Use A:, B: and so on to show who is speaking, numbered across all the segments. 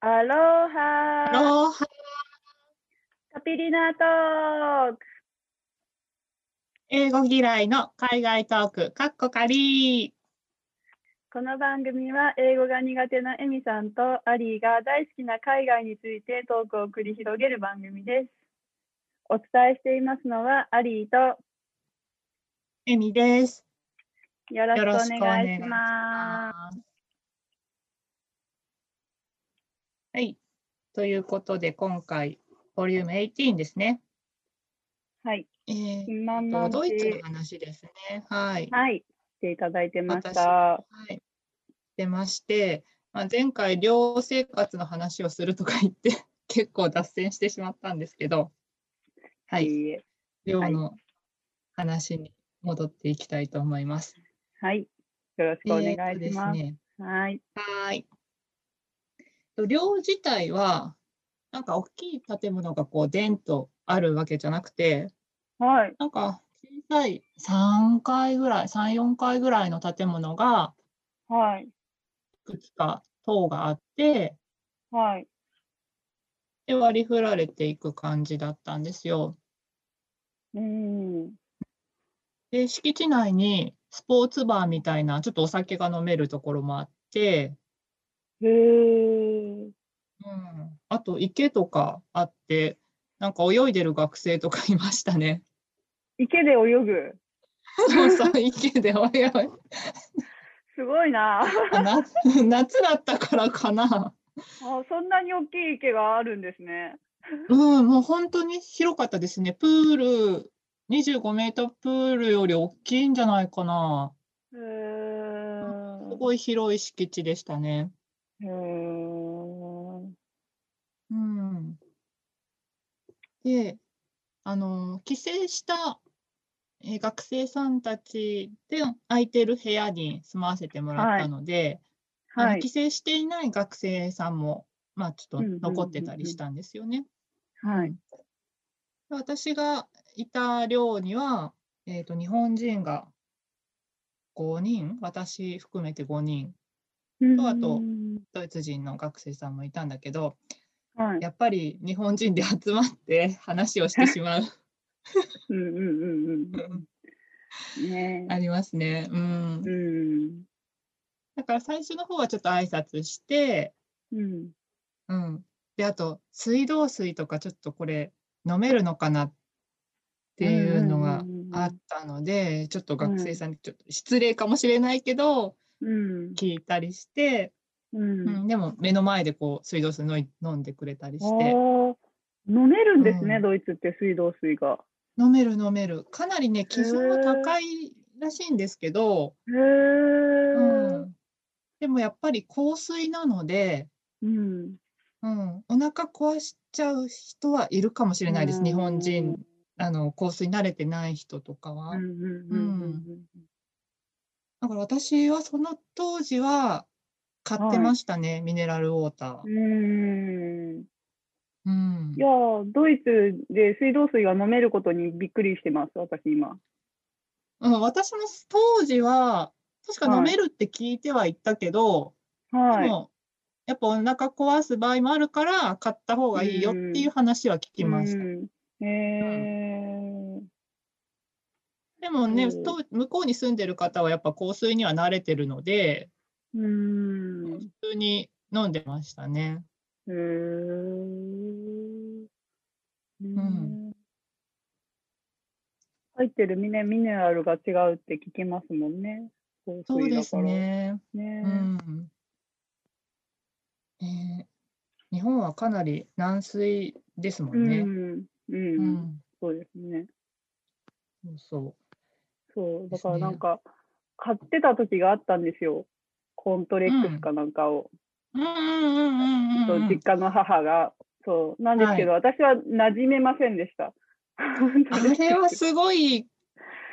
A: アロ
B: ア
A: ハ
B: ロハ。
A: カピリナトーク
B: 英語嫌いの海外トーク、カッコカリ
A: この番組は英語が苦手なエミさんとアリーが大好きな海外についてトークを繰り広げる番組です。お伝えしていますのはアリーと
B: エミです。
A: よろしく
B: よろしく
A: お
B: お
A: 願
B: 願
A: い
B: い
A: し
B: し
A: ま
B: はい。ということで、今回、ボリューム18ですね。
A: す。はい、
B: えー、
A: 今ま
B: とドイツの
A: で、
B: 話ですね。はい。
A: はい、していただいてまし
B: 私
A: た。
B: はい、出まして、まあ、前回寮生活の話をするとか言って 結構脱線してしまったんですけど、はい、
A: いいえは
B: 寮
A: い
B: の話に戻っていきたいと思います。
A: はい、よろしくお願い
B: えーとで
A: します。
B: ね、
A: はい、
B: はい。と寮自体はなんか大きい建物がこうでんとあるわけじゃなくて、
A: はい、
B: なんか小さい3階ぐらい、3、4階ぐらいの建物が
A: はい、
B: いくつか棟があって、
A: はい、
B: で割り振られていく感じだったんですよ。
A: うん、
B: で敷地内にスポーツバーみたいなちょっとお酒が飲めるところもあって、
A: へー、
B: うん、あと池とかあってなんか泳いでる学生とかい ましたね。
A: 池で泳ぐ。
B: そうそう池で泳い
A: すごいな。
B: 夏 夏だったからかな。
A: あそんなに大きい池があるんですね。
B: うん、もう本当に広かったですね。プール25メートルプールより大きいんじゃないかな。
A: へー
B: すごい広い敷地でしたね。
A: へー
B: うんで、あの、帰省したえー学生さんたちで空いてる部屋に住まわせてもらっ
A: はい
B: たので、あの
A: はい
B: 帰。省していない学生さんも、まあ、ちょ
A: う
B: っ
A: んうんうんう
B: と
A: ん
B: 残ってたりしたんですよね。
A: はい。
B: で私がいた寮には、えーと、日本人が5人、私含めて5人、とあと
A: うん
B: ドイツ人の学生さんもいたんだけど、
A: はい。
B: やっぱり日本人で集まって話をしてしまう。
A: うんうんうんうん。ね
B: ありますね。うん
A: え。う。ん。
B: だから最初の方はちょっと挨拶して、
A: うん。
B: うん。で、あと、水道水とかちょっとこれ飲めるのかなっていうのがあったので、ちょっと学生さんにちょっと失礼かもしれないけど、
A: うん。
B: 聞いたりして、
A: うん。
B: うん、でも目の前でこう水道水のい飲んでくれたり
A: あ
B: して、
A: ー飲めるんです
B: う
A: ね、
B: ん
A: ドイツって水道水が。
B: 飲める飲める。かなりね、基準は
A: へー
B: 高いらしいんですけど、
A: へ
B: う
A: ー
B: ん。でもやっぱり香水なので、
A: うん。
B: うん、お腹壊しちゃう人はいるかもしれないです、日本人あの香水慣れてない人とかは、
A: うんうんうん
B: だから私はその当時は買ってましたね、ミネラルウォーター
A: うん。う、ん。
B: うん
A: いやードイツで水道水が飲めることにびっくりしてます、私今。
B: うん、私も当時は確か
A: はい
B: 飲めるって聞いてはいったけど、
A: は
B: で
A: い。
B: もやっぱお腹壊す場合もあるから買った方がいいよっていう話は聞きました、
A: うん。え
B: でもね、
A: うん
B: と向こうに住んでる方はやっぱ香水には慣れてるので
A: ー。うん。
B: 普通に飲んでましたね。
A: へーうん。入ってるミネミネラルが違うって聞きますもんね。香水
B: そうです
A: だから。
B: ね。
A: ね
B: うん。えー日本はかなり軟水ですも
A: うん
B: ね。
A: ん。う。
B: うん
A: そうですね。
B: そうそ
A: そう。だ
B: です
A: か
B: ね
A: らなんか、買ってた時があったんですよ。コントレックスかなんかを。
B: う。うんうんうんうん
A: そううん
B: う
A: 実
B: ん。
A: 家の母が、そう、なんですけど、私は馴染めませんでした。
B: あれはすごい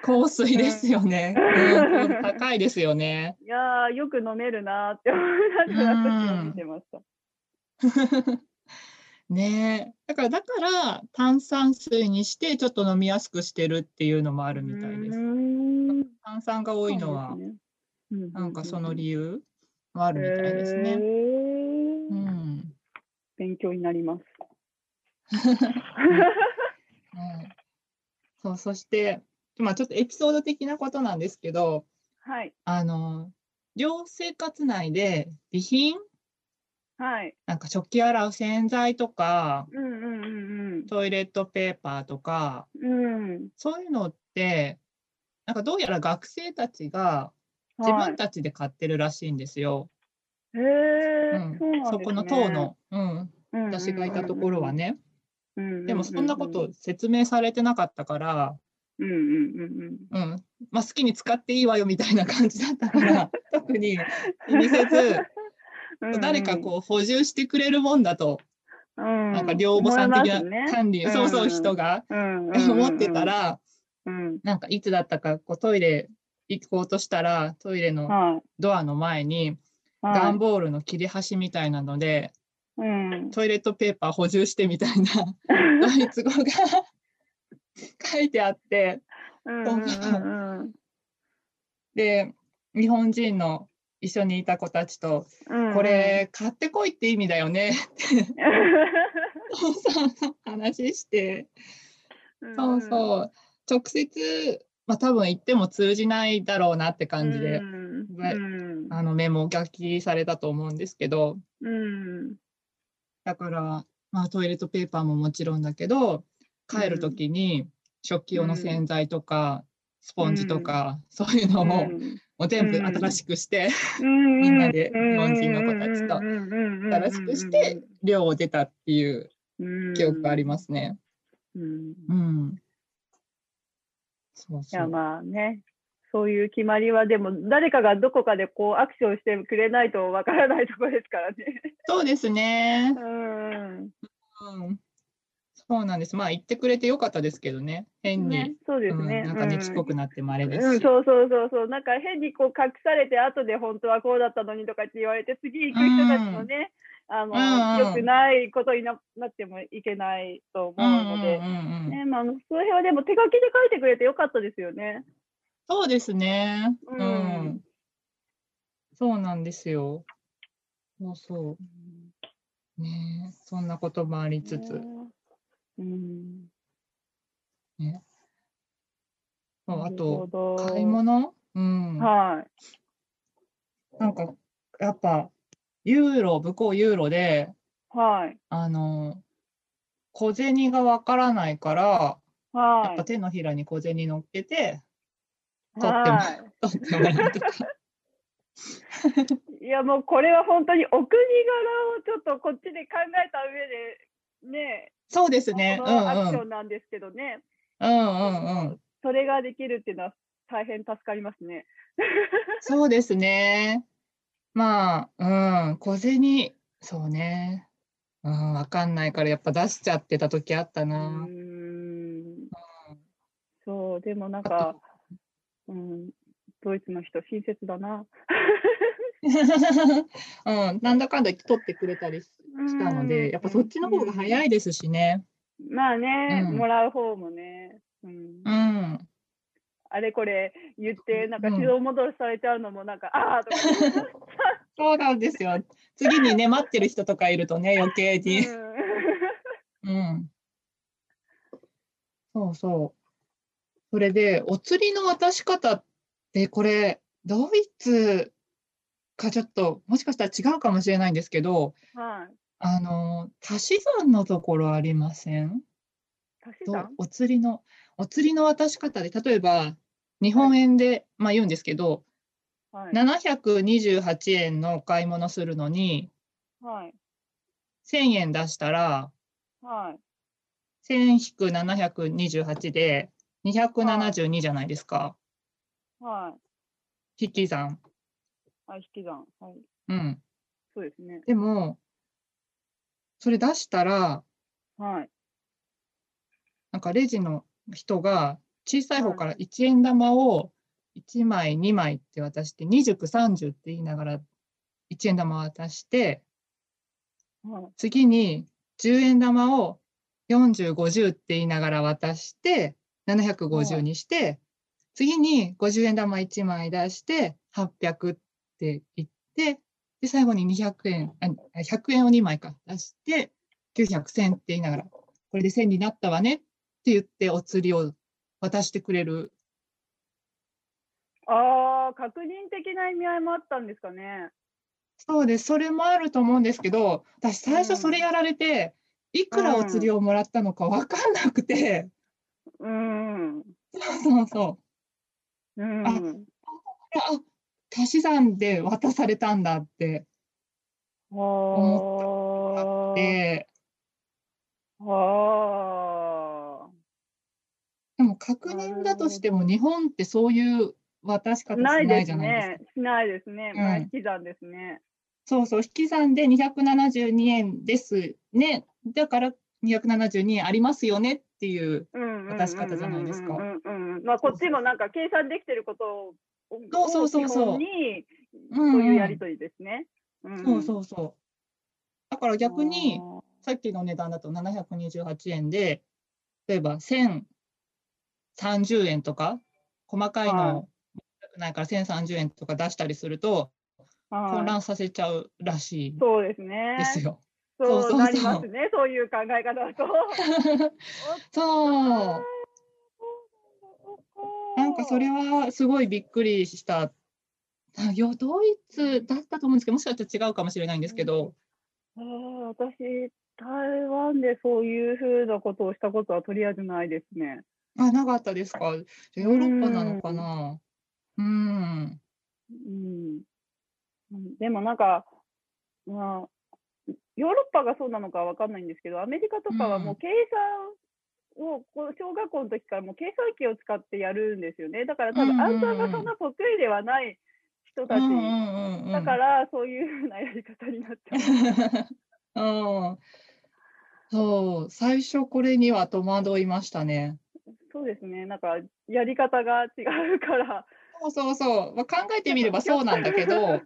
B: 香水ですよね。
A: うん
B: うん高いですよね。
A: いやー、よく飲めるなーって思いながら、私は見てました。
B: ねえ。だから、だから炭酸水にしてちょっと飲みやすくしてるっていうのもあるみたいです。
A: す。
B: 炭酸が多いのは、なんかその理由もあるみたいですね。
A: 由。
B: うん。
A: 勉強になります。
B: うんそうそして、まあ、ちょっとエピソード的なことなんですけど
A: はい、
B: あの寮生活内で備品
A: はい、
B: なんか食器洗う洗剤とか
A: うんうんうん
B: トイレットペーパーとか
A: うん。うん。
B: そういうのってなんかどうやら学生たちが自
A: はい
B: 分たちで買ってるらしいんですよ。
A: へえ、
B: う
A: そ
B: ん
A: うなんですね。
B: そこの党の、うん、
A: うんうんうんうん、
B: 私がいたところはね。
A: うんうんうんうん。
B: でもそんなこと説明されてなかったから、
A: うんうんうんうん。
B: うんまあ、好きに使っていいわよみたいな感じだったから 特に気にせず
A: うんうん
B: 誰かこう補充してくれるもんだと、
A: う、な
B: なんか寮母さん的な管理、
A: うん
B: そうそう人が、
A: 思
B: 思ってた、ら
A: うん
B: なんかいつだったかこうトイレ行こうとしたらトイレの
A: はい
B: ドアの前に
A: はい
B: 段ボールの切れ端みたいなので
A: うん
B: トイレットペーパー補充してみたいなドイツ語が書いてあって
A: うんうんうん
B: で日本人の一緒にいた子たちと
A: うん
B: 「これ買ってこいって意味だよね」って話してそう
A: うん
B: そう直接まあ多分言っても通じないだろうなって感じで
A: う。ん
B: で
A: うん
B: あのメモ書きされたと思うんですけど
A: うん
B: だから、まあ、トイレットペーパーももちろんだけど帰る時に食器用の洗剤とか、スポンジとか、そういうのをもう全部
A: うん
B: 新しくして、
A: うん
B: みんなで日本人の子たちと
A: 新。
B: 新しくして寮を出たっていう記憶がありますすね。
A: うん
B: うん、そう
A: い
B: そ
A: や
B: う
A: まあね、そういう決まりはでも誰かがどこかでこうアクションしてくれないとわからないところですからね。
B: そうですね、
A: うん
B: うん。そうなんです。まあ言ってくれてよかったですけどね。変に、
A: ね、そうですね。
B: うん、なんかねちっこくなってもあれですし。
A: うん、そうそうそうそう、なんか変にこう隠されて、後で本当はこうだったのにとかって言われて、次行く人たちのね、あの、
B: うんうん
A: 良くないことにななってもいけないと思うので、
B: うんうんうんうん
A: ね、まあ、その辺はでも手書きで書いてくれてよかったですよね。
B: そうですね。
A: う
B: うんん。そうなんですよ。そうそう。ねえそんなこともありつつ。
A: うん、
B: そうあ
A: なる
B: と、
A: ほど
B: 買い物うん。
A: はい。
B: なんか、やっぱ、ユーロ、向こうユーロで、
A: はい。
B: あの、小銭がわからないから、や
A: は
B: っ
A: い
B: ぱ。手のひらに小銭乗っ けて、取っても
A: は
B: 取ってもらうとか。
A: い。いや、もう、これは本当にお国柄をちょっとこっちで考えた上で。ね。
B: そうですね。
A: こ
B: う
A: のア
B: ん
A: ク
B: う
A: ショ
B: ん。
A: ンなんですけどね。
B: うんうんうん。
A: それができるっていうのは大変助かりますね。
B: そうですね。まあ、うん、小銭、そうね。うん、わかんないから、やっぱ出しちゃってた時あった
A: うー
B: な。
A: ん。そう、でもなん
B: あ
A: か、うん、ドイツの人、親切だな。
B: と うん、なんだかんだ取ってくれたりししたの
A: う
B: で、
A: ん
B: やっぱそっちの方が早いですしね。
A: まあね、
B: うん
A: もらう方もね、うん
B: う、ん。
A: あれこれ言って、なんか
B: うん
A: 指導戻しされちゃうのも、なんか、ああとか、
B: そうなんですよ。次にね、待ってる人とかいるとね、余計
A: う
B: に。 うん。そうそう。それで、お釣りの渡し方って、これ、ドイツかちょっと、もしかしたら違うかもしれないんですけど、
A: ん、はい。
B: あの、足し算のところありません
A: 足し
B: ど
A: 算
B: お釣りの、お釣りの渡し方で、例えば、日本円で、まあ言うんですけど、
A: はい。
B: 728円の買い物するのに、
A: はい。
B: 1000円出したら、
A: はい。
B: 1000-728で272じゃないですか。
A: はい。
B: 引き算。
A: あ、引き算。はい。
B: うん。
A: そうですね。
B: でも、それ出したら、
A: はい。
B: なんかレジの人が小さい方から1円玉を1枚、2枚って渡して、20、30って言いながら1円玉を渡して、
A: はい。
B: 次に10円玉を40、50って言いながら渡して、750にして、次に50円玉1枚出して、800って言って、で、最後に200円、あ100円を2枚か出して、900、1000って言いながら、これで1000になったわねって言って、お釣りを渡してくれる。
A: ああ、確認的な意味合いもあったんですかね。
B: そうです。それもあると思うんですけど、私最初それやられて、うん、いくらお釣りをもらったのか分かんなくて。
A: うん。。
B: そうそう
A: うん。あ、
B: あ足し算で渡されたんだって思ったでも確認だとしても日本ってそういう渡し方しないじゃないです
A: か。ないですね。すねまあ、引き算ですね、
B: うん。そうそう、引き算で272円ですね。だから272円ありますよねっていう渡し方じゃないですか。
A: まあこっちもなんか計算できてることを
B: そうそうそうそう。
A: に、そういうやりとりですね。
B: うん、そうそうそう。だから逆に、さっきの値段だと728円で、例えば1030円とか、細かいのないから1030円とか出したりすると、混乱させちゃうらしい
A: そうですね。
B: で すよ。
A: そうなりますね、そういう考え方だと。
B: そう。なんかそれはすごいびっくりした。よドイツだったと思うんですけど、もしかしたら違うかもしれないんですけど。
A: うん、私、台湾でそういうふうなことをしたことはとりあえずないですね。
B: あ、なかったですか。ヨーロッパなのかな。うん。
A: うん。うん、でもなんか、まあ、ヨーロッパがそうなのかわかんないんですけど、アメリカとかはもう計算、うんを小学校の時からも計算機を使ってやるんですよねだから多分暗算がそんな得意ではない人たち、だからそういうふうなやり方になっ ち
B: ゃう。そう最初これには戸惑いましたね。
A: そうですねなんかやり方が違うから。
B: そうそうそう、まあ、考えてみればそうなんだけど。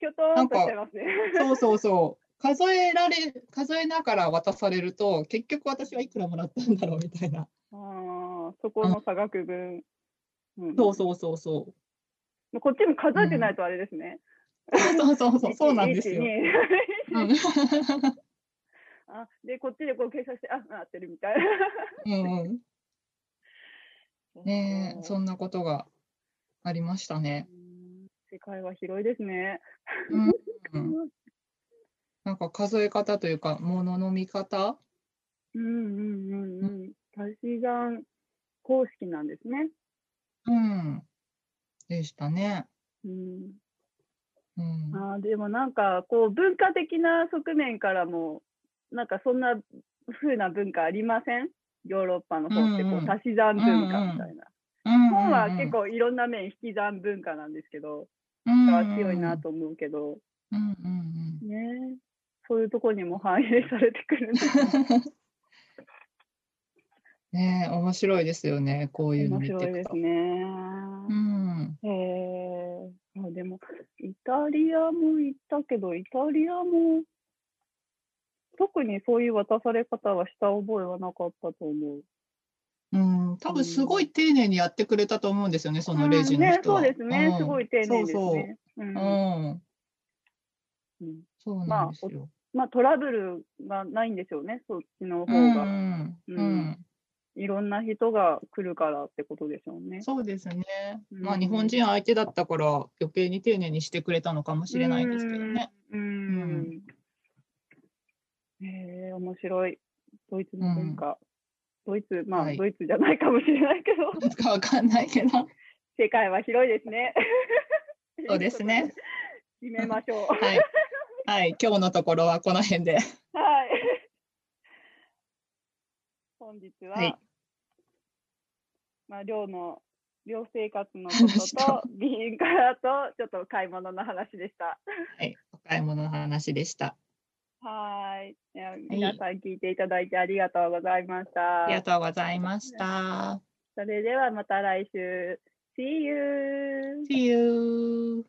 A: きょとんとしてますね。
B: そうそうそう。数えられ数えながら渡されると結局私はいくらもらったんだろうみたいな。
A: あそこの差額分、。
B: うん、そうそうそうそう
A: こっちも数えてないとあれですね。
B: うん、そうそうそうそうなんですよ。
A: あでこっちでこう計算してあなってるみたいな。
B: うんうん、 ねそんなことがありましたね。
A: 世界は広いですね。
B: うん、うんなんか数え方というか、ものの見方。
A: うんうんうんうん。足し算公式なんですね。
B: うん。でしたね。
A: うん。
B: うん、
A: あでもなんかこう文化的な側面からもなんかそんな風な文化ありませんヨーロッパの方ってこう、うん、足し算文化みたいな。日本は結構いろんな面引き算文化なんですけど、うんうん、強いなと思うけど。
B: うんうんうん、
A: ねそういうところにも反映されてくる
B: ね。面白いですよね、こういうの見て、
A: 面白いですね。うんえー、あでも、イタリアも行ったけど、イタリアも、特にそういう渡され方はした覚えはなかったと思う。
B: うん、多分すごい丁寧にやってくれたと思うんですよね、そのレジの人
A: は、うんね、そうですね、うん、すごい丁寧ですね。
B: そう,そう、うん
A: うん、
B: そうなんです、
A: よ。まあ、まあ、トラブルがないんでしょうね、そっちの方が。うん
B: うん、
A: いろんな人が来るからってことでしょうね。
B: そうですね。うん、まあ、日本人相手だったから、余計に丁寧にしてくれたのかもしれないですけ どね。
A: うん。ええー、面白い。ドイツの文化。ドイツ、まあ、はい、ドイツじゃないかもしれないけど。
B: どうかわかんないけど。
A: 世界は広いですね。
B: そうですね。
A: 決めましょう。
B: はい。はい、今日のところはこの辺で。
A: はい。本日は、はい、まあ寮の寮生活のことと備品からとちょっと買い物の話でした。
B: はい、お買い物の話でした。、
A: はい。皆さん聞いていただいてありがとうございました。はい
B: ありがとうございました。
A: それではまた来週。See you!
B: See you!